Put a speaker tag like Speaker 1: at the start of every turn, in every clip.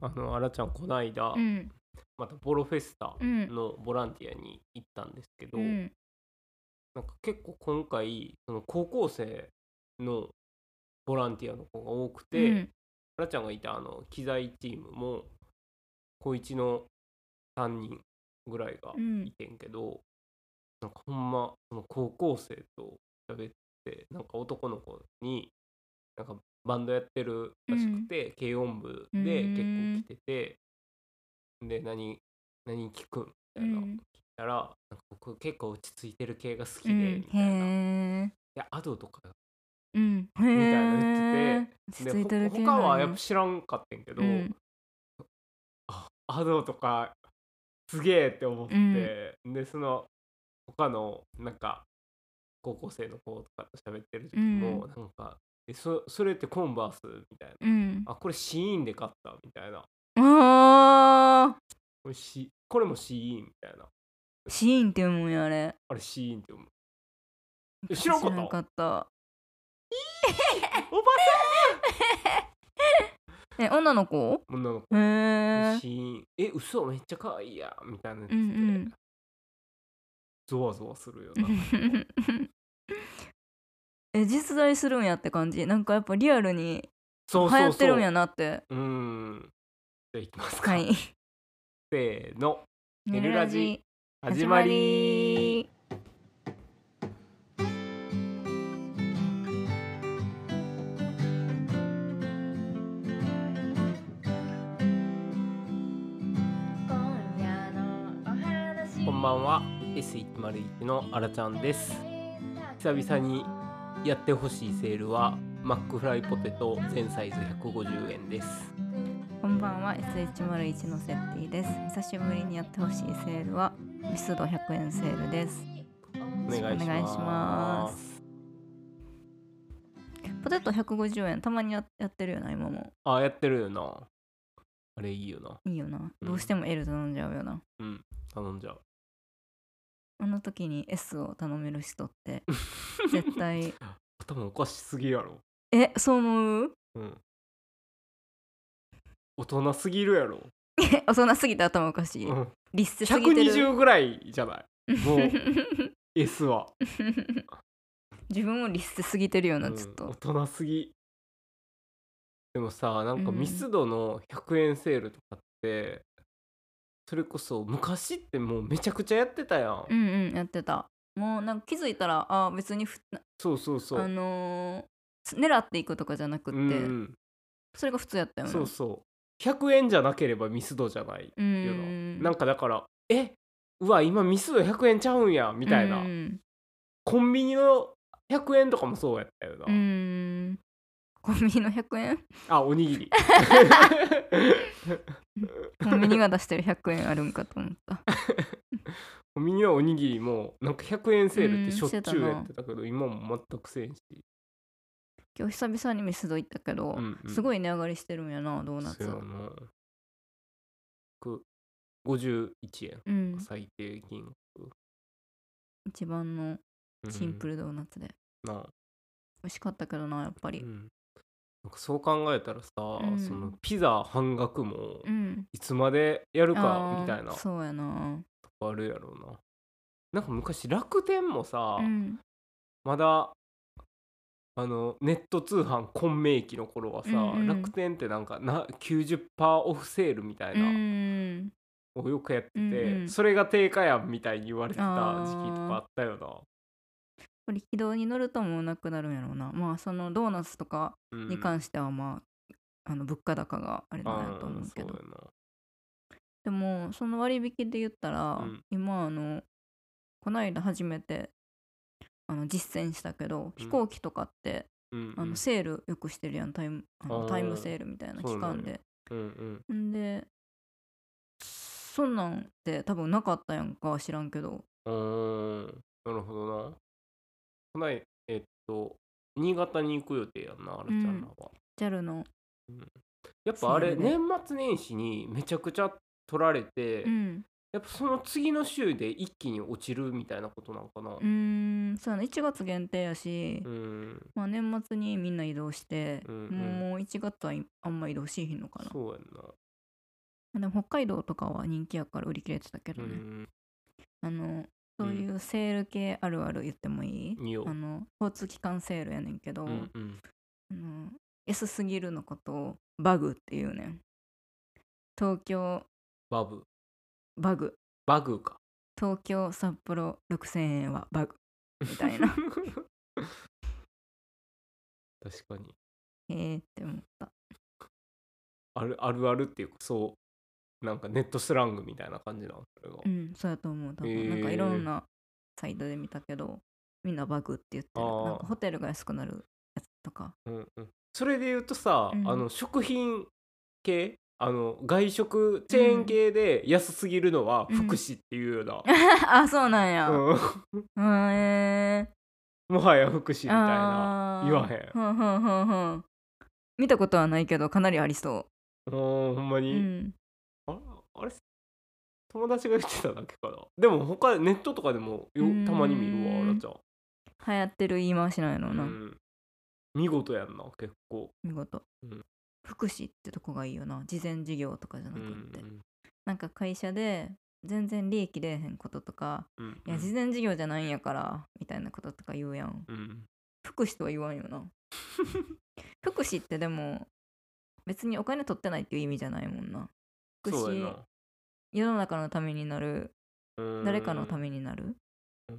Speaker 1: あのあらちゃんこないだ、
Speaker 2: うん
Speaker 1: またボロフェスタ
Speaker 2: うん
Speaker 1: のボランティアに行ったんですけど、
Speaker 2: うん
Speaker 1: なんか結構今回その高校生のボランティアの子が多くて、
Speaker 2: うん
Speaker 1: あらちゃんがいたあの機材チームも高一の3人ぐらいが
Speaker 2: うん
Speaker 1: いてんけど、なんかほんまその高校生と喋ってなんか男の子になんかバンドやってるらしくて、軽音部で結構来てて、で何何聞くみたいな、
Speaker 2: うん
Speaker 1: 聞いたらなんか僕結構落ち着いてる系が好き
Speaker 2: う
Speaker 1: で、
Speaker 2: ん
Speaker 1: みたいな。
Speaker 2: へえ
Speaker 1: でアドとか
Speaker 2: うんへ
Speaker 1: みたい
Speaker 2: え
Speaker 1: な言ってて
Speaker 2: 落ち着いて
Speaker 1: で
Speaker 2: る
Speaker 1: ほ
Speaker 2: 系
Speaker 1: 他
Speaker 2: な
Speaker 1: は
Speaker 2: ん
Speaker 1: や
Speaker 2: や
Speaker 1: っぱ知らんかったんやけど、
Speaker 2: うん
Speaker 1: あアドとかすげえって思って、でその他のなんか高校生の子とかと喋ってる時も
Speaker 2: う
Speaker 1: なんか、えそそれってコンバースみたいな
Speaker 2: うん
Speaker 1: あこれシーンで買ったみたいな
Speaker 2: あ
Speaker 1: これシこれもシーンみたいな
Speaker 2: ーシーンって思うんやあれ
Speaker 1: あれシーンって思うえ知らんかった
Speaker 2: んかった
Speaker 1: おば
Speaker 2: え女の子
Speaker 1: さん女の子
Speaker 2: へえ
Speaker 1: シーンえ嘘めっちゃ可愛いやんみたいなやつで、
Speaker 2: うんうん
Speaker 1: ゾワゾワするよな
Speaker 2: え実在するんやって感じなんかやっぱリアルに
Speaker 1: そうそうそう
Speaker 2: 流行ってるんやなって
Speaker 1: うーん。じゃあ行きますか。
Speaker 2: はい
Speaker 1: せーの。
Speaker 2: ネ
Speaker 1: ネ
Speaker 2: ル
Speaker 1: ル
Speaker 2: ラ
Speaker 1: ラ
Speaker 2: ジ
Speaker 1: ジ始まり
Speaker 3: 今夜のお話
Speaker 1: こんばんは。S101 のあらちゃんです。久々にやってほしいセールは、マックフライポテト全サイズ150円です。
Speaker 2: こんばんは S101 のセッティです久しぶりにやってほしいセールはミスド100円セールです
Speaker 1: お願いし
Speaker 2: お願いしま
Speaker 1: ます。
Speaker 2: ポテト150円たまにややってるよな今も
Speaker 1: あ、やってるよな。あれいいよな。
Speaker 2: いいよなどうしても L 頼んじゃうよな
Speaker 1: 頼んじゃう。
Speaker 2: あの時に S を頼める人って 絶対
Speaker 1: 頭おかしすぎやろ。
Speaker 2: えそう思う
Speaker 1: うん。大人すぎるやろ。
Speaker 2: えそんなすぎて頭おかしい
Speaker 1: うん。
Speaker 2: 立してすぎてる
Speaker 1: 120ぐらいじゃ ない。もう S は。
Speaker 2: 自分も立してすぎてるよな
Speaker 1: うん
Speaker 2: ちょっ
Speaker 1: 大
Speaker 2: と
Speaker 1: 人すぎでもさなんか
Speaker 2: うん
Speaker 1: ミスドの100円セールとかって、それこそ昔ってもうめちゃくちゃやってたやん、
Speaker 2: うんうんやってたもうなんか気づいたらあ別にふ
Speaker 1: そうそうそう
Speaker 2: あのー狙っていくとかじゃなくって、
Speaker 1: うんうん
Speaker 2: それが普通やったよな
Speaker 1: そうそう100円じゃなければミスドじゃない、
Speaker 2: う
Speaker 1: よなんなんかだからえうわ今ミスド100円ちゃうんやみたいな、
Speaker 2: うん
Speaker 1: コンビニの100円とかもそうやったよな、
Speaker 2: うんコンビニの100円
Speaker 1: あおにぎ り
Speaker 2: コンビニが出してる100円あるんかと思った
Speaker 1: コンビニのおにぎりもなんか100円セールって
Speaker 2: うん
Speaker 1: しょっ
Speaker 2: して
Speaker 1: ち
Speaker 2: た
Speaker 1: ゅう
Speaker 2: な
Speaker 1: やってたけど今も全くせえんし、
Speaker 2: 今日久々にミスド行ったけど、
Speaker 1: うんうん
Speaker 2: すごい値上がりしてるんやなドーナ
Speaker 1: そう
Speaker 2: ツ
Speaker 1: やな151円
Speaker 2: うん
Speaker 1: 最低金額、
Speaker 2: 一番の
Speaker 1: うん
Speaker 2: シンプルドーナツで、
Speaker 1: なあ、
Speaker 2: 美味しかったけどなやっぱ
Speaker 1: う
Speaker 2: り
Speaker 1: んなんかそう考えたらさ、
Speaker 2: ん
Speaker 1: そのピザ半額も
Speaker 2: うん、
Speaker 1: いつまでやる
Speaker 2: あ
Speaker 1: か
Speaker 2: ー
Speaker 1: みたいなと
Speaker 2: そうやな
Speaker 1: こあるやろうななんか昔楽天もさ、
Speaker 2: うん
Speaker 1: まだあのネット通販混迷期の頃はさ、
Speaker 2: うんうん
Speaker 1: 楽天ってなんかな90%オフセールみたい
Speaker 2: うんう
Speaker 1: な、
Speaker 2: ん
Speaker 1: をよくやってて、
Speaker 2: うんうん
Speaker 1: それが定価やんみたいに言われてた時期とかあ
Speaker 2: あー
Speaker 1: ったよ
Speaker 2: これ軌道に乗るともうなくなるんやろうなまあそのドーナツとか
Speaker 1: な。うん
Speaker 2: に関してはまあ,、あの物価高があれなんやと思うけど
Speaker 1: あーそう
Speaker 2: でもその割引で言ったら、
Speaker 1: うん
Speaker 2: 今あのこないだ初めてあの実践したけど、
Speaker 1: うん
Speaker 2: 飛行機とかって
Speaker 1: やなうんうん
Speaker 2: あのセールよくしてるやんタイムあの
Speaker 1: あー
Speaker 2: タイムセールみたいな期間で。
Speaker 1: うんうん
Speaker 2: んでそんなんって多分なかったやんかは知らんけど
Speaker 1: うーんなるほどな。こないえっと新潟に行く予定やんなあらちゃんらは。
Speaker 2: JAL の
Speaker 1: やっぱあれ
Speaker 2: そうやね
Speaker 1: 年末年始にめちゃくちゃ取られて、
Speaker 2: うん
Speaker 1: やっぱその次の週で一気に落ちるみたいなことなのかな。
Speaker 2: うーんそうやな1月限定やし、
Speaker 1: うん
Speaker 2: まあ、年末にみんな移動して、
Speaker 1: うんうん
Speaker 2: もう1月はいあんま移動しいひんのかな
Speaker 1: そうやんな。
Speaker 2: あでも北海道とかは人気やから売り切れてたけ
Speaker 1: う
Speaker 2: どね、
Speaker 1: ん
Speaker 2: あのそういうセール系あるある言ってもいい、
Speaker 1: いいよ
Speaker 2: あの交通機関セールやねんけど、
Speaker 1: うんうん
Speaker 2: あの安すぎるのことをバグっていうねん東京
Speaker 1: バブ
Speaker 2: バグ
Speaker 1: バグか
Speaker 2: 東京札幌6000円はバグみたい な
Speaker 1: 確かに
Speaker 2: へえって思った
Speaker 1: あるあるあるっていうかそうなんかネットスラングみたいな感じなのそれが、
Speaker 2: うんそうやと思う多分、
Speaker 1: へえ
Speaker 2: なんかいろんなサイトで見たけどみんなバグって言ってる
Speaker 1: あー
Speaker 2: なんかホテルが安くなるやつ とか
Speaker 1: うんうん、それで言うとさ、
Speaker 2: うん
Speaker 1: あの食品系あの外食チェーン系で安すぎるのは
Speaker 2: うん
Speaker 1: 福祉っていうような、
Speaker 2: あそうなんやうん
Speaker 1: うん
Speaker 2: え
Speaker 1: もはや福祉
Speaker 2: ー、
Speaker 1: みたいな
Speaker 2: あー
Speaker 1: 言わへん
Speaker 2: ふんふんふんふん見たことはないけどかなりありそ
Speaker 1: もうほんま
Speaker 2: う、う
Speaker 1: に、
Speaker 2: ん、
Speaker 1: ああれ友達が言ってただけかなでも他ネットとかでもよ
Speaker 2: うん
Speaker 1: たまに見るわあらちゃ、
Speaker 2: 流行ってる言い回しなんやろう
Speaker 1: う
Speaker 2: んな、
Speaker 1: ん、見事やんな結構、
Speaker 2: 見事、
Speaker 1: うん
Speaker 2: 福祉ってとこがいいよな事前事業とかじゃ
Speaker 1: う
Speaker 2: なく
Speaker 1: ん
Speaker 2: って、なんか会社で全然利益出えへんこととか、
Speaker 1: うんうん
Speaker 2: いや事前事業じゃないんやからみたいなこととか言うやん
Speaker 1: うん
Speaker 2: 福祉とは言わんよ な福祉ってでも別にお金取ってないっていう意味じゃないもんな福
Speaker 1: そうや
Speaker 2: 祉
Speaker 1: な
Speaker 2: 世の中のためになる
Speaker 1: うん
Speaker 2: 誰かのためになる
Speaker 1: うん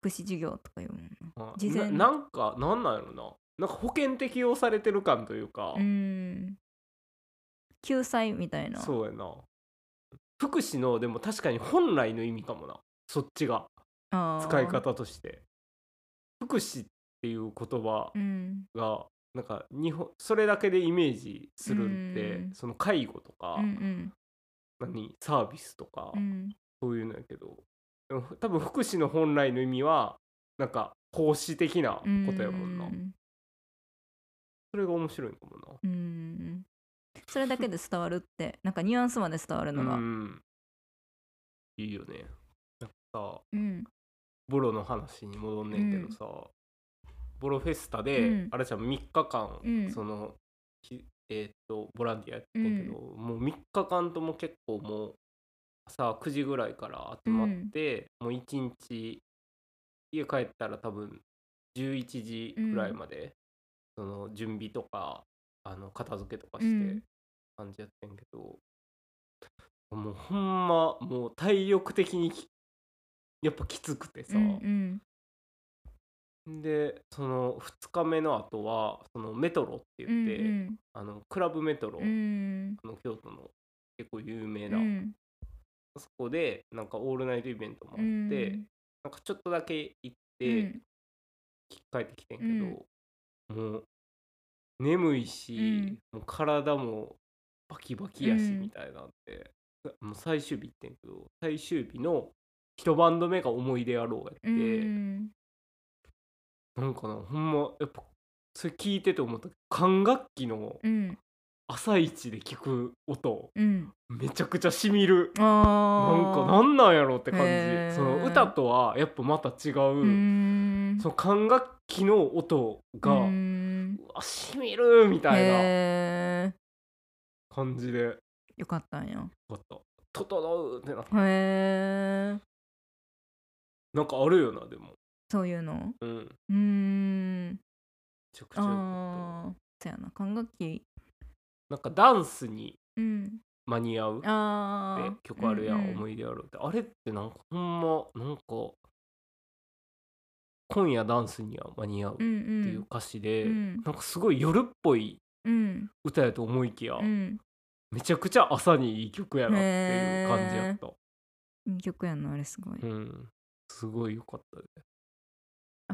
Speaker 2: 福祉事業とか言うもんな
Speaker 1: あ
Speaker 2: 事前に
Speaker 1: ななんかなんなんやろななんか保険適用されてる感というか、
Speaker 2: うん救済みたいな
Speaker 1: そうやな福祉のでも確かに本来の意味かもなそっちが
Speaker 2: あー
Speaker 1: 使い方として福祉っていう言葉
Speaker 2: うん
Speaker 1: がなんか日本それだけでイメージするんで、
Speaker 2: うん
Speaker 1: その介護とか、
Speaker 2: うん
Speaker 1: 何サービスとか、
Speaker 2: うんうん
Speaker 1: そういうのやけどでも多分福祉の本来の意味はなんか奉仕的なことやもんな、
Speaker 2: うん
Speaker 1: それが面白いかもな
Speaker 2: うんそれだけで伝わ るってなんかニュアンスまで伝わるのが
Speaker 1: う
Speaker 2: うん
Speaker 1: んいいよねなんかさ
Speaker 2: うん
Speaker 1: ボロの話に戻んねんけどさ、ボロフェスタで、
Speaker 2: うん
Speaker 1: あれじゃん3日間、
Speaker 2: うん
Speaker 1: そのひえーっとボランティアやってんけど、もう3日間とも結構もう朝9時ぐらいから集まって、もう1日家帰ったら多分11時ぐらいまで、その準備とかあの片付けとかし
Speaker 2: うん
Speaker 1: て感じやってんけど、もうほんまもう体力的にきやっぱきつくてさ、
Speaker 2: うん
Speaker 1: でその2日目の後はそのメトロって
Speaker 2: うん
Speaker 1: 言って、
Speaker 2: うん
Speaker 1: あのクラブメトロ、
Speaker 2: うん
Speaker 1: あの京都の結構有名
Speaker 2: う
Speaker 1: な、
Speaker 2: ん
Speaker 1: そこでなんかオールナイトイベントもあって、
Speaker 2: うん
Speaker 1: なんかちょっとだけ行っ
Speaker 2: う
Speaker 1: て、
Speaker 2: ん
Speaker 1: 帰ってきてんけど、もう眠いし、
Speaker 2: うん
Speaker 1: もう体もバキバキやし
Speaker 2: うん
Speaker 1: みたいなんで、もう最終日行ってんけど最終日の一バンド目が「思い出やろう」やって、
Speaker 2: うん
Speaker 1: なんかなほんまやっぱそれ聞いてて思ったけど管楽器の
Speaker 2: うん
Speaker 1: 朝一で聞く音
Speaker 2: うん
Speaker 1: めちゃくちゃしみる。
Speaker 2: あー
Speaker 1: なんかなんなんやろって感
Speaker 2: へ
Speaker 1: じ
Speaker 2: ー
Speaker 1: その歌とはやっぱまた違う、
Speaker 2: うん
Speaker 1: その管楽器の音が、
Speaker 2: うん
Speaker 1: うわしみるみたいな
Speaker 2: へー
Speaker 1: 感じでよ
Speaker 2: よかったんや
Speaker 1: かった「整う」ってなった
Speaker 2: へえ
Speaker 1: なんかあるよなでも
Speaker 2: そういうの
Speaker 1: うんめ
Speaker 2: うん
Speaker 1: ちゃくちゃよかっ
Speaker 2: ああそうやな管楽器
Speaker 1: たなんかダンスに
Speaker 2: うん
Speaker 1: 間に合うって
Speaker 2: ああ
Speaker 1: 曲あるやん「
Speaker 2: い
Speaker 1: 思い出ある」ってあれってなんかほんまなんか「今夜ダンスには間に合う」っ
Speaker 2: う
Speaker 1: て
Speaker 2: んうん
Speaker 1: いう歌詞で、
Speaker 2: うん
Speaker 1: なんかすごい夜っぽい
Speaker 2: うん
Speaker 1: 歌やと思いきや、
Speaker 2: うん
Speaker 1: めちゃくちゃ朝にいい曲やなっていう感じやった、
Speaker 2: いい曲やんなあれすごい
Speaker 1: うんすごいよかったね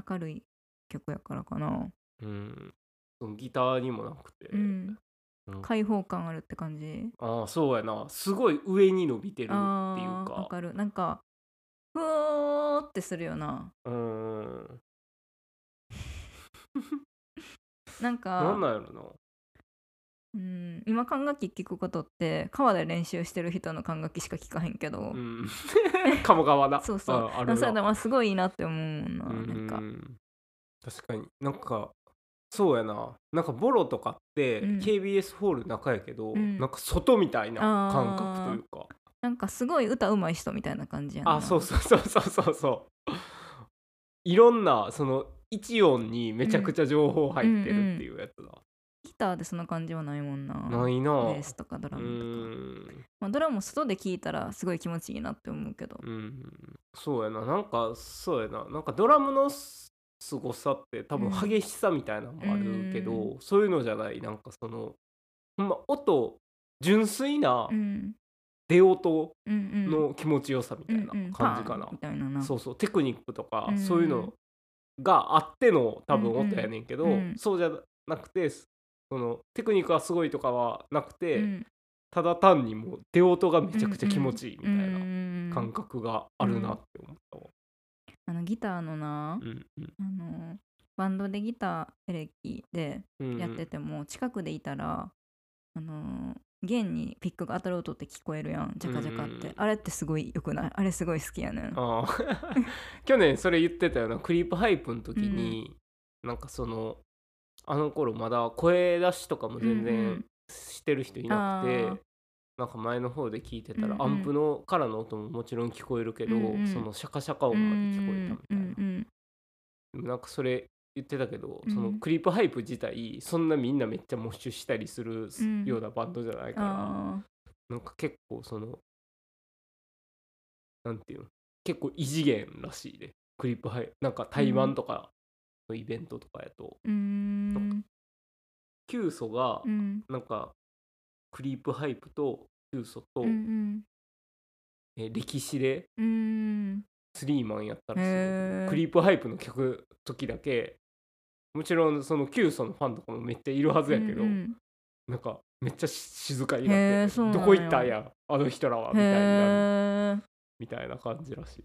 Speaker 2: 明るい曲やからかな
Speaker 1: うんそのギターにもなくて、
Speaker 2: うん
Speaker 1: うん
Speaker 2: 開放感あるって感じ
Speaker 1: ああそうやなすごい上に伸びてるっていう
Speaker 2: ああわ
Speaker 1: か
Speaker 2: かるなんかふおーってするよな
Speaker 1: うーん
Speaker 2: なんか
Speaker 1: なんなんやろな
Speaker 2: うん、今管楽器聞くことって川で練習してる人の管楽器しか聞かへんけど、
Speaker 1: うん 鴨川だ
Speaker 2: そうそう
Speaker 1: ああ
Speaker 2: だから
Speaker 1: る
Speaker 2: それで
Speaker 1: な
Speaker 2: もすごいいいなって思うもんな,、
Speaker 1: うん
Speaker 2: なんか
Speaker 1: 確かになんかそうやななんかボロとかって
Speaker 2: うん
Speaker 1: KBS ホール中やけど、
Speaker 2: うん
Speaker 1: なんか外みたいな感覚というか
Speaker 2: なんかすごい歌うまい人みたいな感じやんな
Speaker 1: あそうそうそうそうそうそういろんなその一音にめちゃくちゃ情報入ってるっていうやつだ、
Speaker 2: ギターでその感じはないもんな
Speaker 1: ないな
Speaker 2: ベースとかド
Speaker 1: う
Speaker 2: ラ
Speaker 1: ー
Speaker 2: ムとか、
Speaker 1: ん
Speaker 2: まあ、ドラム外で聴いたらすごい気持ちいいなって思うけど
Speaker 1: うんそうやななんかそうやななんかドラムのすごさって多分
Speaker 2: うん
Speaker 1: 激しさみたいなのもあるけど、
Speaker 2: う
Speaker 1: そういうのじゃないなんかそのほんま音純粋な
Speaker 2: うん
Speaker 1: 出音
Speaker 2: うんうん
Speaker 1: の気持ちよさみたいな
Speaker 2: うんうん
Speaker 1: 感じか
Speaker 2: パ
Speaker 1: な
Speaker 2: ーンみ、たいなな
Speaker 1: そううそうテクニックとか
Speaker 2: うん
Speaker 1: そういうのがあっての多分
Speaker 2: うんうん
Speaker 1: 音やねんけど、
Speaker 2: うん
Speaker 1: そうじゃなくてそのテクニックがすごいとかはなくて、
Speaker 2: ん
Speaker 1: ただ単にもう出音がめちゃくちゃ気持ちいいみたいな。
Speaker 2: な
Speaker 1: 感覚があるなって思ったわ。
Speaker 2: あのギターのな、
Speaker 1: うんうん
Speaker 2: あのバンドでギターエレキで
Speaker 1: うんうん
Speaker 2: やってても近くでいたら、あの弦にピックが当たる音って聞こえるやんジャカジャカって、
Speaker 1: うん
Speaker 2: あれってすごい良くないあれすごい好きやねん
Speaker 1: ああ 去年それ言ってたよなクリープハイプの時に、なんかそのあの頃まだ声出しとかも全
Speaker 2: うんう
Speaker 1: 然
Speaker 2: ん
Speaker 1: してる人いなくて、
Speaker 2: あー
Speaker 1: なんか前の方で聞いてたら、
Speaker 2: うんうん
Speaker 1: アンプのからの音ももちろん聞こえるけど、
Speaker 2: うんうん
Speaker 1: そのシャカシャカ音まで聞こえたみたいな、
Speaker 2: うんうん
Speaker 1: でもなんかそれ言ってたけど、
Speaker 2: うん
Speaker 1: そのクリープハイプ自体そんなみんなめっちゃモッシュしたりする
Speaker 2: うん
Speaker 1: ようなバンドじゃないから、
Speaker 2: あ
Speaker 1: なんか結構そのなんていうの結構異次元らしいでクリップハイなんか台湾とかのイベントとかやと、
Speaker 2: ーうーん
Speaker 1: 急素が
Speaker 2: うん
Speaker 1: なんかクリープハイプと急素と、
Speaker 2: うんうん
Speaker 1: えー歴史で
Speaker 2: うん
Speaker 1: スリーマンやったらしいねんけど、
Speaker 2: へ
Speaker 1: クリープハイプの曲時だけもちろんその急素のファンとかもめっちゃいるはずやけど、
Speaker 2: うんうん
Speaker 1: なんかめっちゃし静かになっ
Speaker 2: へ
Speaker 1: て
Speaker 2: ーそうなんや
Speaker 1: どこ行ったんやあの人らはみたいになる
Speaker 2: へー
Speaker 1: みたいな感じらしい。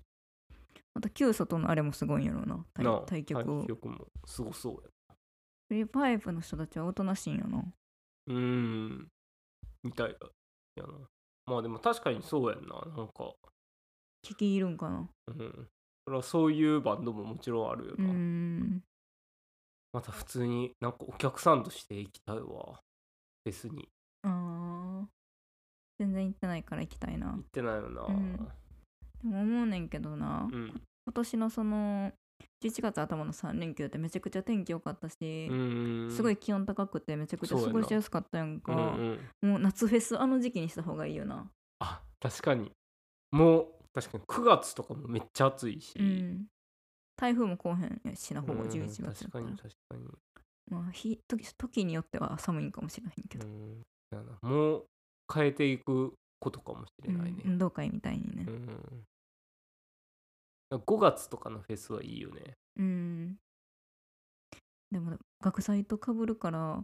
Speaker 2: また旧里のあれもすごいんやろうな対
Speaker 1: なあ
Speaker 2: 対局を
Speaker 1: 対局もすごそうや
Speaker 2: フリーパイプの人たちはおとなしいんやな
Speaker 1: うーんみたいだやなまあでも確かにそうやんななんか
Speaker 2: 聞き入るんかな
Speaker 1: うんそれはそういうバンドももちろんあるよ
Speaker 2: うー
Speaker 1: な、
Speaker 2: ん
Speaker 1: また普通になんかお客さんとして行きたいわフェスに
Speaker 2: あー全然行ってないから行きたいな
Speaker 1: 行ってないよな
Speaker 2: うんでも思うねんけどな
Speaker 1: うん、
Speaker 2: 今年のその11月頭の3連休ってめちゃくちゃ天気良かったし
Speaker 1: う、ーん、
Speaker 2: すごい気温高くてめちゃくちゃ
Speaker 1: そう
Speaker 2: 過
Speaker 1: やな
Speaker 2: ごしやすかったやんか
Speaker 1: うんうん
Speaker 2: もう夏フェスあの時期にした方がいいよな
Speaker 1: あ確かにもう確かに9月とかもめっちゃ暑いし、
Speaker 2: うん台風も来おへんやしな
Speaker 1: う
Speaker 2: ほ
Speaker 1: ん
Speaker 2: ぼ11月やった
Speaker 1: 確からに確かに
Speaker 2: まあ日時時によっては寒いんかもしれへんけど、
Speaker 1: うんやなもう変えていくことかもしれないね、
Speaker 2: うん運動会みたいにね
Speaker 1: うん、5月とかのフェスはいいよね。
Speaker 2: うんでも学祭とかぶるから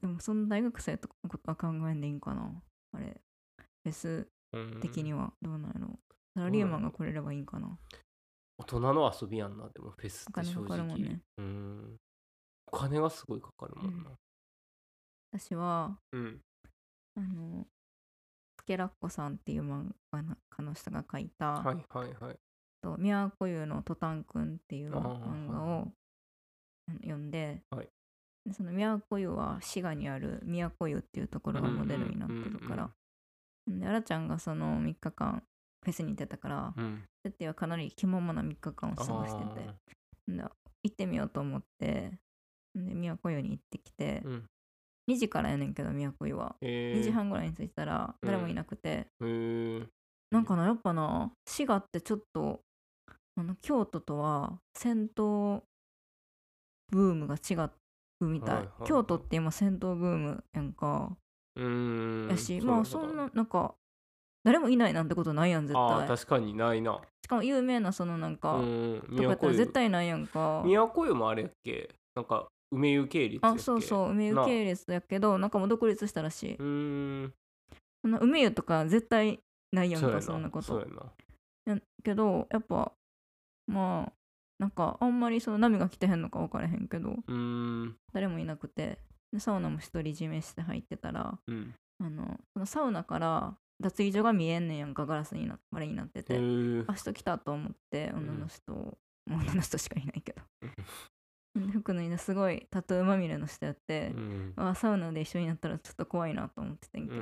Speaker 2: でもその大学生とかのことは考えんでいいんかなあれフェス
Speaker 1: うん
Speaker 2: 的にはどうなんやろうサラ
Speaker 1: どう
Speaker 2: リー
Speaker 1: なんや
Speaker 2: マ
Speaker 1: ろ
Speaker 2: ンが来れればいいんかな
Speaker 1: 大人の遊びやんな、でもフェス
Speaker 2: お
Speaker 1: って正
Speaker 2: 金か
Speaker 1: 直。
Speaker 2: かるもんね
Speaker 1: うんお金がすごいかかるもんな。
Speaker 2: 私は
Speaker 1: うん。
Speaker 2: あのスケラッコさんっていう漫画家の人が書いた「
Speaker 1: はいはいはい。
Speaker 2: と宮古湯のトタンくん」っていう
Speaker 1: あー
Speaker 2: 漫画
Speaker 1: は
Speaker 2: をあの読んで、
Speaker 1: はい
Speaker 2: でその宮古湯は滋賀にある宮古湯っていうところがモデルになってるから、であらちゃんがその3日間フェスに出たから
Speaker 1: うん。
Speaker 2: 設定はかなり気ままな3日間を過ごしてて
Speaker 1: あ
Speaker 2: で行ってみようと思ってで宮古湯に行ってきて
Speaker 1: ー。、うん。
Speaker 2: 2時からやねんけど宮古湯は、
Speaker 1: えー、
Speaker 2: 2時。半ぐらいに着いたら
Speaker 1: うん
Speaker 2: 誰もいなくて、
Speaker 1: えー、
Speaker 2: なんかなやっぱな滋賀ってちょっとあの京都とは戦闘ブームが違うみたい,、
Speaker 1: はいはいはい
Speaker 2: 京都って今戦闘ブームやんか、
Speaker 1: うーん。
Speaker 2: やしまあそ
Speaker 1: うんだ
Speaker 2: ななんか誰もいないなんてことないやん絶
Speaker 1: ああ、
Speaker 2: 対
Speaker 1: 確かにないな。
Speaker 2: しかも有名なそのなん
Speaker 1: う
Speaker 2: か、
Speaker 1: ん。
Speaker 2: とかやったら
Speaker 1: 湯
Speaker 2: 絶対ないやんか
Speaker 1: 都湯もあれやっけなんか、梅湯系列やっ
Speaker 2: あ
Speaker 1: け
Speaker 2: そうそう梅湯
Speaker 1: なあ
Speaker 2: 系列やけどなんかもう独立したらしい、
Speaker 1: うーん。
Speaker 2: そんな梅湯とか絶対ないやん
Speaker 1: そうや
Speaker 2: か
Speaker 1: な。
Speaker 2: そんなこ
Speaker 1: そう
Speaker 2: と
Speaker 1: やな。
Speaker 2: やけどやっぱまあなんかあんまりその波が来てへんのか分からへんけど
Speaker 1: うーん。
Speaker 2: 誰もいなくてでサウナも独り占めして入ってたら
Speaker 1: うん。
Speaker 2: あのそのサウナから脱衣所が見えんねんやんかガラスになあれになって
Speaker 1: え
Speaker 2: て、
Speaker 1: ー
Speaker 2: あ人来たと思って
Speaker 1: ん
Speaker 2: 女の人、もう女の人しかいないけどうん 服脱いだすごいタトゥーまみれの人やって
Speaker 1: う、ん
Speaker 2: あサウナで一緒になったらちょっと怖いなと思ってたんや
Speaker 1: う
Speaker 2: け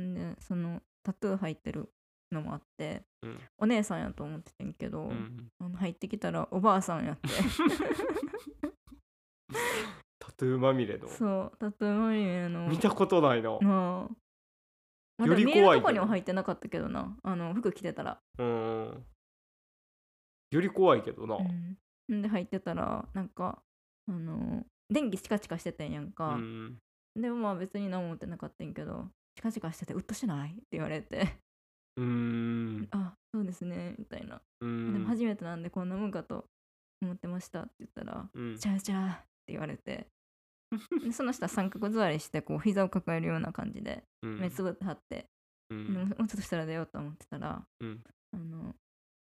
Speaker 2: ど、
Speaker 1: ん
Speaker 2: んでそのタトゥー入ってるのもあって、
Speaker 1: うん
Speaker 2: お姉さんやと思ってたんやけど、
Speaker 1: うん
Speaker 2: あの入ってきたらおばあさんやって
Speaker 1: タトゥーまみれの
Speaker 2: そうタトゥーまみれの
Speaker 1: 見たことないな
Speaker 2: なあまだ
Speaker 1: より
Speaker 2: 見える
Speaker 1: 怖い
Speaker 2: とこには
Speaker 1: けど
Speaker 2: 入ってなかったけどなあの服着てたら、
Speaker 1: うんより怖いけどな
Speaker 2: うん、んで入ってたらなんかあの電気チカチカしてたんやん
Speaker 1: う
Speaker 2: か、
Speaker 1: ん
Speaker 2: でもまあ別に何も思ってなかったんやけどチカチカしててうっとしないって言わ れて
Speaker 1: うん
Speaker 2: あそうですねみたいな、
Speaker 1: う
Speaker 2: でも
Speaker 1: ん
Speaker 2: 初めてなんでこんなもんかと思ってましたって言ったら
Speaker 1: うん
Speaker 2: ちゃうちゃうって言われ てでその人は三角座りしてこう膝を抱えるような感じで
Speaker 1: うん
Speaker 2: 目つぶってはって、
Speaker 1: う
Speaker 2: で
Speaker 1: ん
Speaker 2: ももうちょっとしたら出ようと思ってたら、
Speaker 1: うん
Speaker 2: あの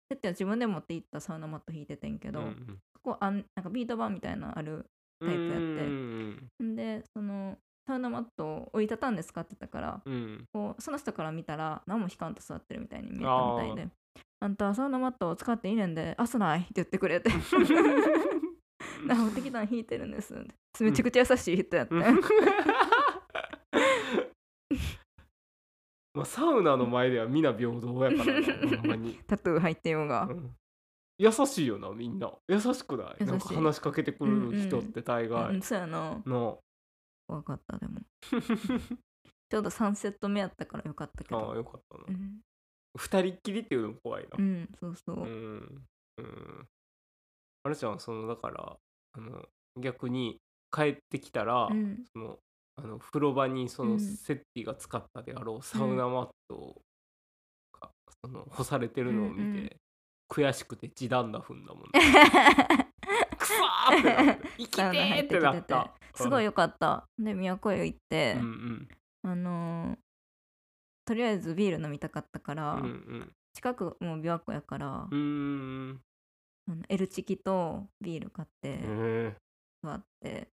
Speaker 2: てっては自分で持って行ったサウナマット引いててんけど、
Speaker 1: うん
Speaker 2: ここあんなんかビート板みたいなのある
Speaker 1: うん
Speaker 2: タイプやって
Speaker 1: うん
Speaker 2: んでそのサウナマットを折りたたんで使ってたから
Speaker 1: うん
Speaker 2: こうその人から見たら何も引かんと座ってるみたいに見えたみたいで「あんたサウナマットを使っていいねんで朝ない」って言ってく れてな持ってきたん引いてるんですってめちゃくちゃ優しい人やって、
Speaker 1: うんまあサウナの前では皆平等やからなほんまに
Speaker 2: タトゥー入ってようが、
Speaker 1: うん優しいよなみんな優しくない
Speaker 2: 優しい
Speaker 1: なんか話しかけてくる人って大概、
Speaker 2: うん、そうやな
Speaker 1: な
Speaker 2: 怖かったでもちょうど3セット目やったからよかったけ
Speaker 1: あああ
Speaker 2: ど
Speaker 1: よかったな
Speaker 2: うん、
Speaker 1: 二、人っきりっていうのも怖いな
Speaker 2: うん、そうそう、
Speaker 1: うん、うん、あれちゃんそのだからあの逆に帰ってきたら、
Speaker 2: うん
Speaker 1: そのあの風呂場にそうの
Speaker 2: ん
Speaker 1: セッティが使ったであろうサウナマットが、その干されてるのを見て、
Speaker 2: うんうん
Speaker 1: 悔しくて地段だ踏んだもん、 ね、くそーってなって生きて
Speaker 2: サウナ入
Speaker 1: ーってなった
Speaker 2: すごいよかったで宮古へ行って
Speaker 1: う、ん
Speaker 2: あのーとりあえずビール飲みたかったから、
Speaker 1: うんうん
Speaker 2: 近くもう琵琶湖やから、
Speaker 1: うんうん
Speaker 2: あの L チキとビール買って
Speaker 1: うん
Speaker 2: 座って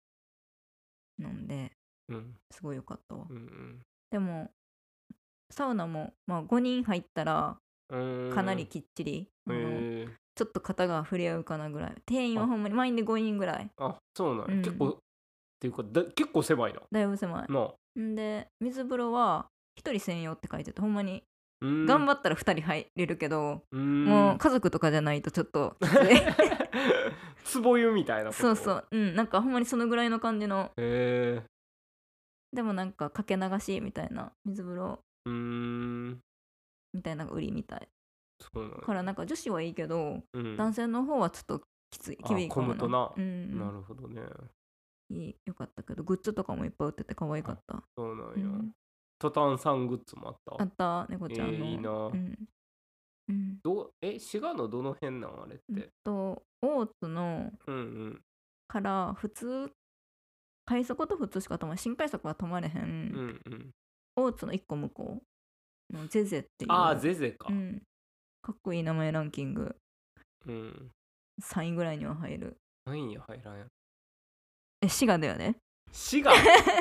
Speaker 2: 飲んで
Speaker 1: うん
Speaker 2: すごいよかったわ、
Speaker 1: うん
Speaker 2: でもサウナも、まあ、5人入ったら
Speaker 1: うん
Speaker 2: かなりきっちり、
Speaker 1: へ
Speaker 2: あの
Speaker 1: ー
Speaker 2: ちょっと肩が触れ合うかなぐらい店員は
Speaker 1: あ
Speaker 2: ほんまに満員で5人ぐらい
Speaker 1: あそうなんや、
Speaker 2: うん
Speaker 1: 結構っていうかだ結構狭いな
Speaker 2: だいぶ狭
Speaker 1: なあ
Speaker 2: いんで水風呂は1人専用って書いててほんまに頑
Speaker 1: 頑
Speaker 2: 張ったら2人入れるけど、
Speaker 1: うーん
Speaker 2: もう家族とかじゃないとちょっときつい
Speaker 1: つぼ湯みたいなこと
Speaker 2: そうそううんなんかほんまにそのぐらいの感じの
Speaker 1: へえ
Speaker 2: でもなんかかけ流しみたいな水風呂
Speaker 1: うーん
Speaker 2: みたいなのが売りみたい
Speaker 1: そうなんや
Speaker 2: からなんか女子はいいけど、
Speaker 1: うん
Speaker 2: 男性の方はちょっときつい
Speaker 1: あ
Speaker 2: 厳しいかも
Speaker 1: 混むとな
Speaker 2: うん、
Speaker 1: なるほどね
Speaker 2: いいよかったけどグッズとかもいっぱい売ってて可愛かった
Speaker 1: そうなんや、
Speaker 2: うん
Speaker 1: トタンさんグッズもあった
Speaker 2: あった猫ちゃんの、
Speaker 1: えーいいな
Speaker 2: うん、うん、
Speaker 1: どうえ滋賀のどの辺なんあれっ
Speaker 2: えってと大津の
Speaker 1: うんうん
Speaker 2: から普通快速と普通しか止まら新快速は止まれへ
Speaker 1: う
Speaker 2: ん、
Speaker 1: んうん
Speaker 2: 大津の一個向こうのゼゼっていう
Speaker 1: ああゼゼか
Speaker 2: うん、かっこいい名前ランキング
Speaker 1: うん
Speaker 2: 3位ぐらいには入る
Speaker 1: 何位や入らんやろ
Speaker 2: え滋賀だよね
Speaker 1: 滋賀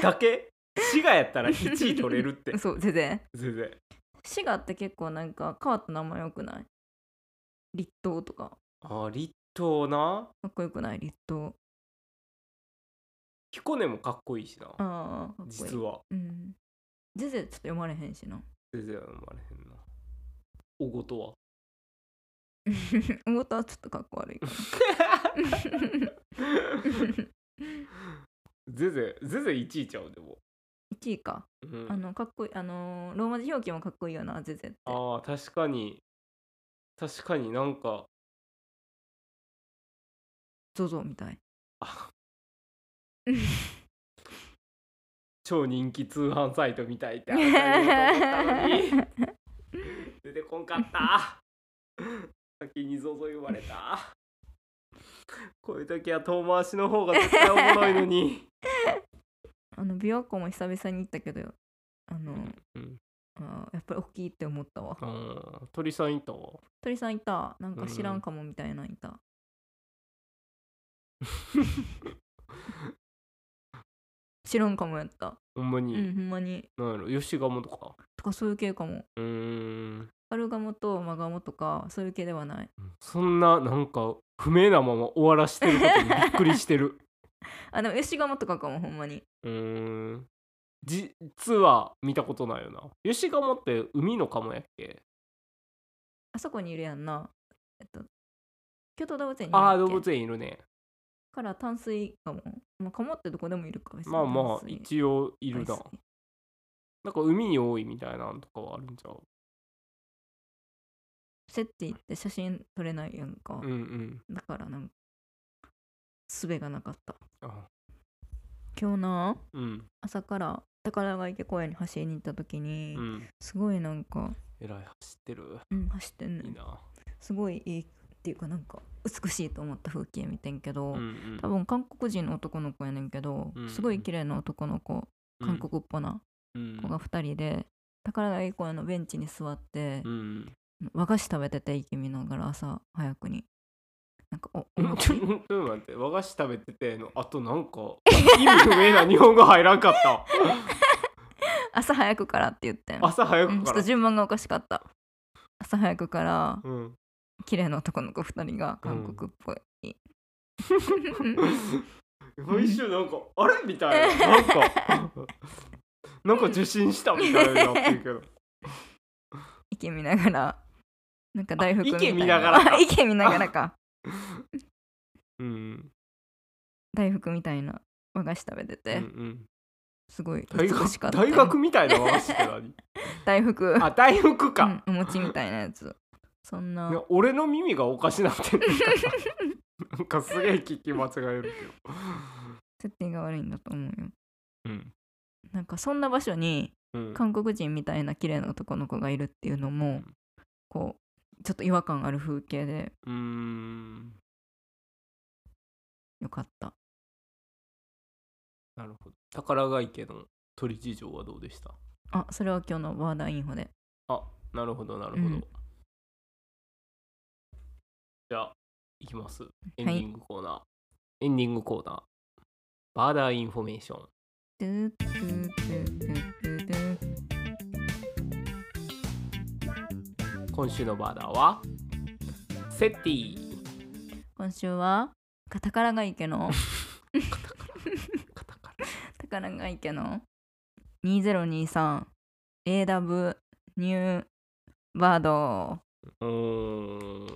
Speaker 1: だ け滋賀やったら1位取れるって
Speaker 2: そうゼゼ
Speaker 1: ゼゼ
Speaker 2: 滋賀って結構なんか変わった名前よくない立東とか
Speaker 1: あー立東な
Speaker 2: かっこよくない立東
Speaker 1: 彦根もかっこいいしな
Speaker 2: ああかっこいい
Speaker 1: 実は
Speaker 2: うんゼゼちょっと読まれへんしな
Speaker 1: 全然生まれへんなおごとは
Speaker 2: 大田はちょっとかっこ 悪いか
Speaker 1: 全然全然1位ちゃうでも、
Speaker 2: ら1位か
Speaker 1: うん
Speaker 2: あのかっこいいあのーローマ字表記もかっこいいよなゼゼって
Speaker 1: あー確かに確かになんか
Speaker 2: ゾゾみたい
Speaker 1: あ超人気通販サイトみたいってあったら言 おうと思ったのに出てこんかった先にぞぞ言われたこういう時は遠回しの方が絶対おもろいのに、
Speaker 2: あの琵琶湖も久々に行ったけどあの、
Speaker 1: うん
Speaker 2: あーやっぱり大きいって思ったわ
Speaker 1: あー鳥さんいたわ
Speaker 2: 鳥さんいたなんか知らんかもみたいなんいた、 知らんかもやった
Speaker 1: ほんま
Speaker 2: う
Speaker 1: に、
Speaker 2: んほんまに
Speaker 1: なんやろ吉鴨とか
Speaker 2: とかそういう系かも
Speaker 1: うーん
Speaker 2: カルガモとマガモとかそういう系ではない
Speaker 1: そんななんか不明なまま終わらしてることにびっくりして る
Speaker 2: あでも吉釜とかかもほんまに
Speaker 1: うーん実は見たことないよなヨシガモって海のカモやっけ
Speaker 2: あそこにいるやんなえっと京都動物園にいるやんけ
Speaker 1: ああ動物園いるね
Speaker 2: から淡水かもまあかもってどこでもいるか別に
Speaker 1: まあまあ
Speaker 2: 淡水
Speaker 1: 一応いるな
Speaker 2: 淡水
Speaker 1: なんか海に多いみたいなんとかはあるんちゃう
Speaker 2: セッティって写真撮れないやんか、
Speaker 1: うんうん
Speaker 2: だからなんか術がなかった
Speaker 1: あ
Speaker 2: 今日な
Speaker 1: うん
Speaker 2: 朝から宝ヶ池公園に走りに行った時に、
Speaker 1: うん
Speaker 2: すごいなんか、
Speaker 1: えらい走ってる
Speaker 2: うん、走ってん
Speaker 1: い
Speaker 2: ね
Speaker 1: い
Speaker 2: ん
Speaker 1: な
Speaker 2: すごいいいっていうかなんか美しいと思った風景見てんけど、
Speaker 1: うんうん
Speaker 2: 多分韓国人の男の子やねんけど、
Speaker 1: うん
Speaker 2: すごい綺麗な男の子韓国っぽな
Speaker 1: うん
Speaker 2: 子が2人で、宝ヶ池公園のベンチに座って
Speaker 1: う、ん
Speaker 2: 和菓子食べてて息見ながら朝早くになんかおお
Speaker 1: うんちょ
Speaker 2: 餅
Speaker 1: ちょっと待って和菓子食べててのあとなんか意味不明な日本語入らんか った
Speaker 2: 朝早くからって言ってん
Speaker 1: 朝早
Speaker 2: うん
Speaker 1: く
Speaker 2: ちょ
Speaker 1: か
Speaker 2: っと
Speaker 1: ら
Speaker 2: 順番がおかしかった朝早くから
Speaker 1: うん
Speaker 2: 綺麗な男の子2人が韓国っぽい、
Speaker 1: 毎週なんか、あれみたいななんか なんか受信したみたいになって るけど
Speaker 2: 池見ながらなんか大福みたい
Speaker 1: あ池見ながら か
Speaker 2: 池見ながらか
Speaker 1: うん
Speaker 2: 大福みたいな和菓子食べて
Speaker 1: うんう
Speaker 2: て、
Speaker 1: ん
Speaker 2: すごい
Speaker 1: 大
Speaker 2: 美しか
Speaker 1: 学
Speaker 2: った
Speaker 1: 大
Speaker 2: よ
Speaker 1: 学みたいな和菓子って 何
Speaker 2: 大福
Speaker 1: あ大福か、
Speaker 2: うん、お餅みたいなやつそんない
Speaker 1: や俺の耳がおかしなってんのか ななんかすげえ聞き間違えるけど
Speaker 2: 設定が悪いんだと思うよ
Speaker 1: うん
Speaker 2: なんかそんな場所に
Speaker 1: うん
Speaker 2: 韓国人みたいな綺麗な男の子がいるっていうのも、
Speaker 1: うん
Speaker 2: こうちょっと違和感ある風景で
Speaker 1: うーん
Speaker 2: よかった
Speaker 1: なるほど宝ヶ池の鳥事情はどうでした
Speaker 2: あそれは今日のワーダーインフォで
Speaker 1: あなるほどなるほど、
Speaker 2: うん
Speaker 1: じゃあいきますエンディングコーナー、エンディングコーナーバーダーインフォメーション
Speaker 2: ドゥドゥドゥドゥドゥドゥ
Speaker 1: 今週のバーダーはセッティ
Speaker 2: 今週は宝ヶ池の
Speaker 1: カタカ
Speaker 2: 宝ヶ池の 2023AW ニューバー
Speaker 1: ラ
Speaker 2: ド
Speaker 1: うーん
Speaker 2: え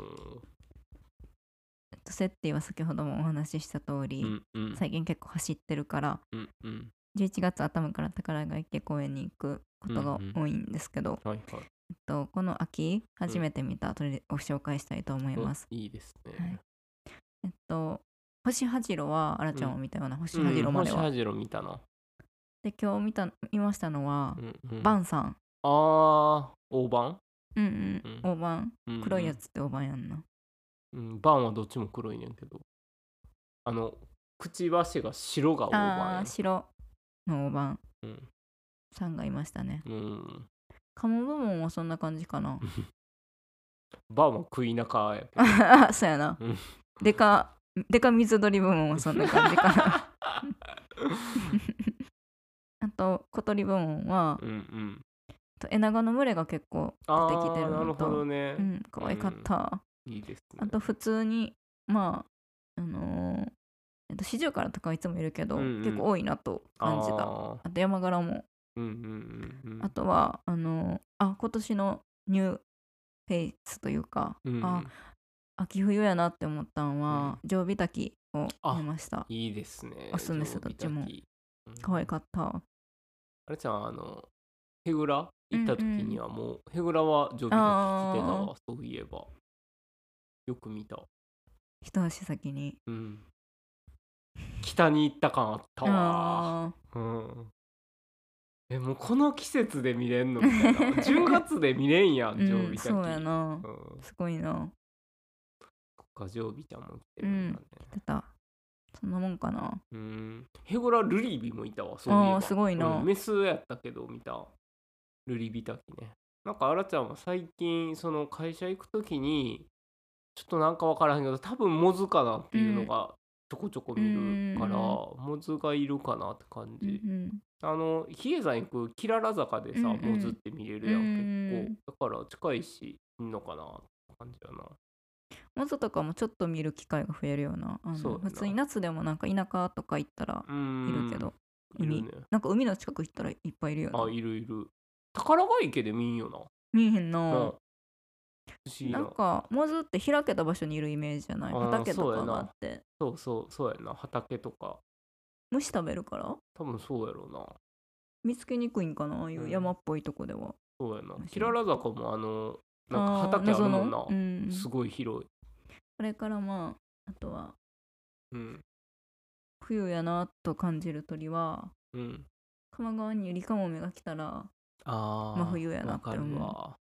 Speaker 2: っとセッティは先ほどもお話しした通り、
Speaker 1: うんうん
Speaker 2: 最近結構走ってるから
Speaker 1: うんうん
Speaker 2: 11月頭から宝ヶ池公園に行くことが
Speaker 1: うんう
Speaker 2: 多いんですけど、
Speaker 1: はいはい
Speaker 2: えっとこの秋初めて見た鳥を紹介したいと思います。
Speaker 1: うんいいですね、
Speaker 2: はいえっと星はじろはあらちゃんも見たような星
Speaker 1: うん
Speaker 2: はじろまで
Speaker 1: 星
Speaker 2: は。
Speaker 1: はじろ見たな、
Speaker 2: で今日見た見ましたのは
Speaker 1: う、んうん、
Speaker 2: バ
Speaker 1: ン
Speaker 2: ンさん。
Speaker 1: あー大判、
Speaker 2: うんうん。
Speaker 1: うん
Speaker 2: 大判
Speaker 1: うんうん
Speaker 2: 黒いやつって大判やんな。
Speaker 1: うん、バンはどっちも黒いねんけどあのくちばしが白が大判
Speaker 2: あ
Speaker 1: や
Speaker 2: あー白の大判
Speaker 1: うん
Speaker 2: さんがいましたね。
Speaker 1: うん、
Speaker 2: カモ部門はそんな感じかな。
Speaker 1: バンは食い中やけど
Speaker 2: あそうやな
Speaker 1: うん。
Speaker 2: でかでか水鳥部門はそんな感じかな。 あと小鳥部門は
Speaker 1: うんうん
Speaker 2: えっとエナガの群れが結構
Speaker 1: あ
Speaker 2: 出てきて
Speaker 1: ー
Speaker 2: る
Speaker 1: な
Speaker 2: の
Speaker 1: るほ
Speaker 2: と
Speaker 1: ど。ね、
Speaker 2: うん、可愛かった。
Speaker 1: いいですね
Speaker 2: あと普通にまああのーえっと四十からとかはいつもいるけど、
Speaker 1: うんうん
Speaker 2: 結構多いなと感じた。あ
Speaker 1: あー
Speaker 2: と山柄も。
Speaker 1: うんうんうんうん
Speaker 2: あとはあのーあ今年のニューフェイスというか、
Speaker 1: うん
Speaker 2: あ秋冬やなって思ったんは、常備滝を
Speaker 1: あ
Speaker 2: 見ました。
Speaker 1: いいですね
Speaker 2: おすすめです
Speaker 1: 常備
Speaker 2: どっちも
Speaker 1: 炊きうん
Speaker 2: 可愛かった。
Speaker 1: あれちゃんあのヘグラ行った時にはもう、ヘグラは常備
Speaker 2: あー
Speaker 1: で来てたわそういえばよく見た
Speaker 2: 一足先に。
Speaker 1: うん北に行った感あったわう
Speaker 2: あ
Speaker 1: んえもうこの季節で見れんのみたいな 10月で見れんや
Speaker 2: あ
Speaker 1: ん
Speaker 2: ー、
Speaker 1: 常
Speaker 2: う
Speaker 1: 備
Speaker 2: ん、
Speaker 1: ちゃん
Speaker 2: そうやな
Speaker 1: う。ん
Speaker 2: すごいな。
Speaker 1: そっか常備ちゃんも来てるんだね
Speaker 2: 出た。そんなもんかな。
Speaker 1: うんヘゴラルリビもいたわそういえ
Speaker 2: あ
Speaker 1: ば
Speaker 2: あ、すごいな。
Speaker 1: うんメスやったけど見たルリビタキねなんかあらちゃんは最近その会社行く時にちょっとなんかわからへんけど多分モズかなっていうのがちょこちょこ見るから、
Speaker 2: うん
Speaker 1: モズがいるかなって感
Speaker 2: うん
Speaker 1: じ、あの比叡山行くキララ坂でさ、
Speaker 2: うんうん
Speaker 1: モズって見れるやん
Speaker 2: うん
Speaker 1: 結構だから近いしいんのかなって感じやな
Speaker 2: モズとかもちょっと見る機会が増えるようなあの
Speaker 1: そうやな
Speaker 2: 普通に夏でもなんか田舎とか行ったら
Speaker 1: うん
Speaker 2: いるけど、
Speaker 1: いる
Speaker 2: 海
Speaker 1: ね
Speaker 2: なんか海の近く行ったらいっぱいいるよ
Speaker 1: あ
Speaker 2: ね
Speaker 1: いるいる宝ヶ池で見んよな
Speaker 2: 見えへん
Speaker 1: なあ
Speaker 2: の
Speaker 1: 不思議な
Speaker 2: なんかモズって開けた場所にいるイメージじゃない
Speaker 1: あー
Speaker 2: 畑と
Speaker 1: そう
Speaker 2: か
Speaker 1: やな
Speaker 2: があって
Speaker 1: そうそうそうやな畑とか
Speaker 2: 虫食べるから
Speaker 1: 多分そうやろうな
Speaker 2: 見つけにくいんかなああいう山っぽいとこでは、
Speaker 1: そうやな
Speaker 2: 面白い
Speaker 1: キララ坂もあの
Speaker 2: あ
Speaker 1: なんか
Speaker 2: ー
Speaker 1: 畑あるもんな
Speaker 2: 謎の、うん、
Speaker 1: す
Speaker 2: こ
Speaker 1: ごい広い、
Speaker 2: れからまああとは
Speaker 1: うん
Speaker 2: 冬やなと感じる鳥は
Speaker 1: うん、
Speaker 2: 鎌川にゆりかもめが来たら
Speaker 1: あー
Speaker 2: 真冬やな
Speaker 1: わ
Speaker 2: って
Speaker 1: か
Speaker 2: 思う
Speaker 1: るわ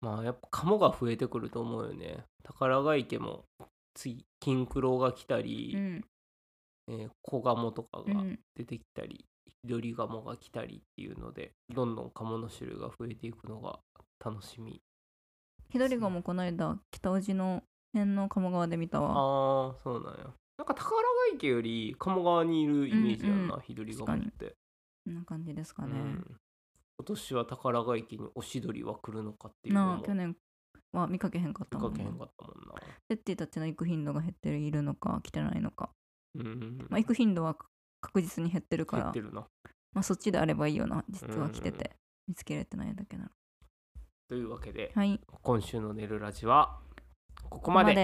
Speaker 1: まあやっぱカモが増えてくると思うよね宝ヶ池も次金クロが来たり、
Speaker 2: うん
Speaker 1: えーコガモとか
Speaker 2: う
Speaker 1: が
Speaker 2: ん
Speaker 1: 出てきたり、緑ガモが来たりっていうのでどんどんカモの種類が増えていくのが楽しみ
Speaker 2: ひどりがもこの間北尾路の辺の鴨川で見たわ
Speaker 1: ああーそうなんやなんか宝ヶ池より鴨川にいるイメージやんな、
Speaker 2: うん
Speaker 1: 日取りガモって、
Speaker 2: こんな感じですか
Speaker 1: う
Speaker 2: ね、
Speaker 1: ん、今年は宝ヶ池にオシドリは来るのかっていうの
Speaker 2: な
Speaker 1: も
Speaker 2: あ去年は見かけへんかった
Speaker 1: 見
Speaker 2: も
Speaker 1: か
Speaker 2: ん
Speaker 1: けへ
Speaker 2: ね
Speaker 1: んかったもんな
Speaker 2: テッティたちの行く頻度が減ってるいるのか来てないのか、
Speaker 1: うん、
Speaker 2: まあ、行く頻度は確実に減ってるか
Speaker 1: 減
Speaker 2: ら
Speaker 1: ってるな
Speaker 2: まあ、そっちであればいいよな実は来て
Speaker 1: うんうん
Speaker 2: て、見つけれてないだけなの
Speaker 1: というわけで
Speaker 2: はい
Speaker 1: 今週の「寝るラジ」はここ
Speaker 2: こ
Speaker 1: まで
Speaker 2: こ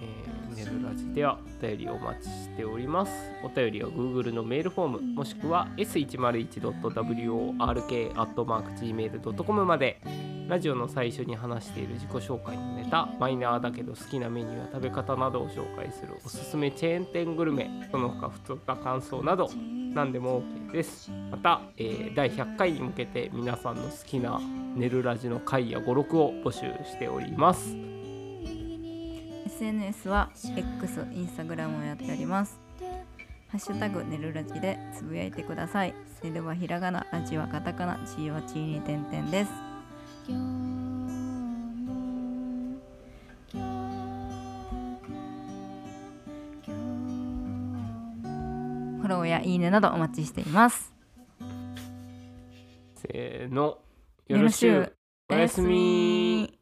Speaker 1: えー寝るラジではお便りをお待ちしておりますお便りは Google のメールフォームもしくは s101.work.gmail.com までラジオの最初に話している自己紹介のネタマイナーだけど好きなメニューや食べ方などを紹介するおすすめチェーン店グルメその他ふつった感想など何でも OK ですまた、えー第100回に向けて皆さんの好きな寝るラジの回や語録を募集しております
Speaker 2: で SNS は X インスタグラムをやっておりますハッシュタグねるラジでつぶやいてくださいねるはひらがなラジはカタカナチーはチーに点々ですフォローやいいねなどお待ちしています
Speaker 1: せーの。
Speaker 2: よろしゅう
Speaker 1: おやすみ
Speaker 2: おやすみ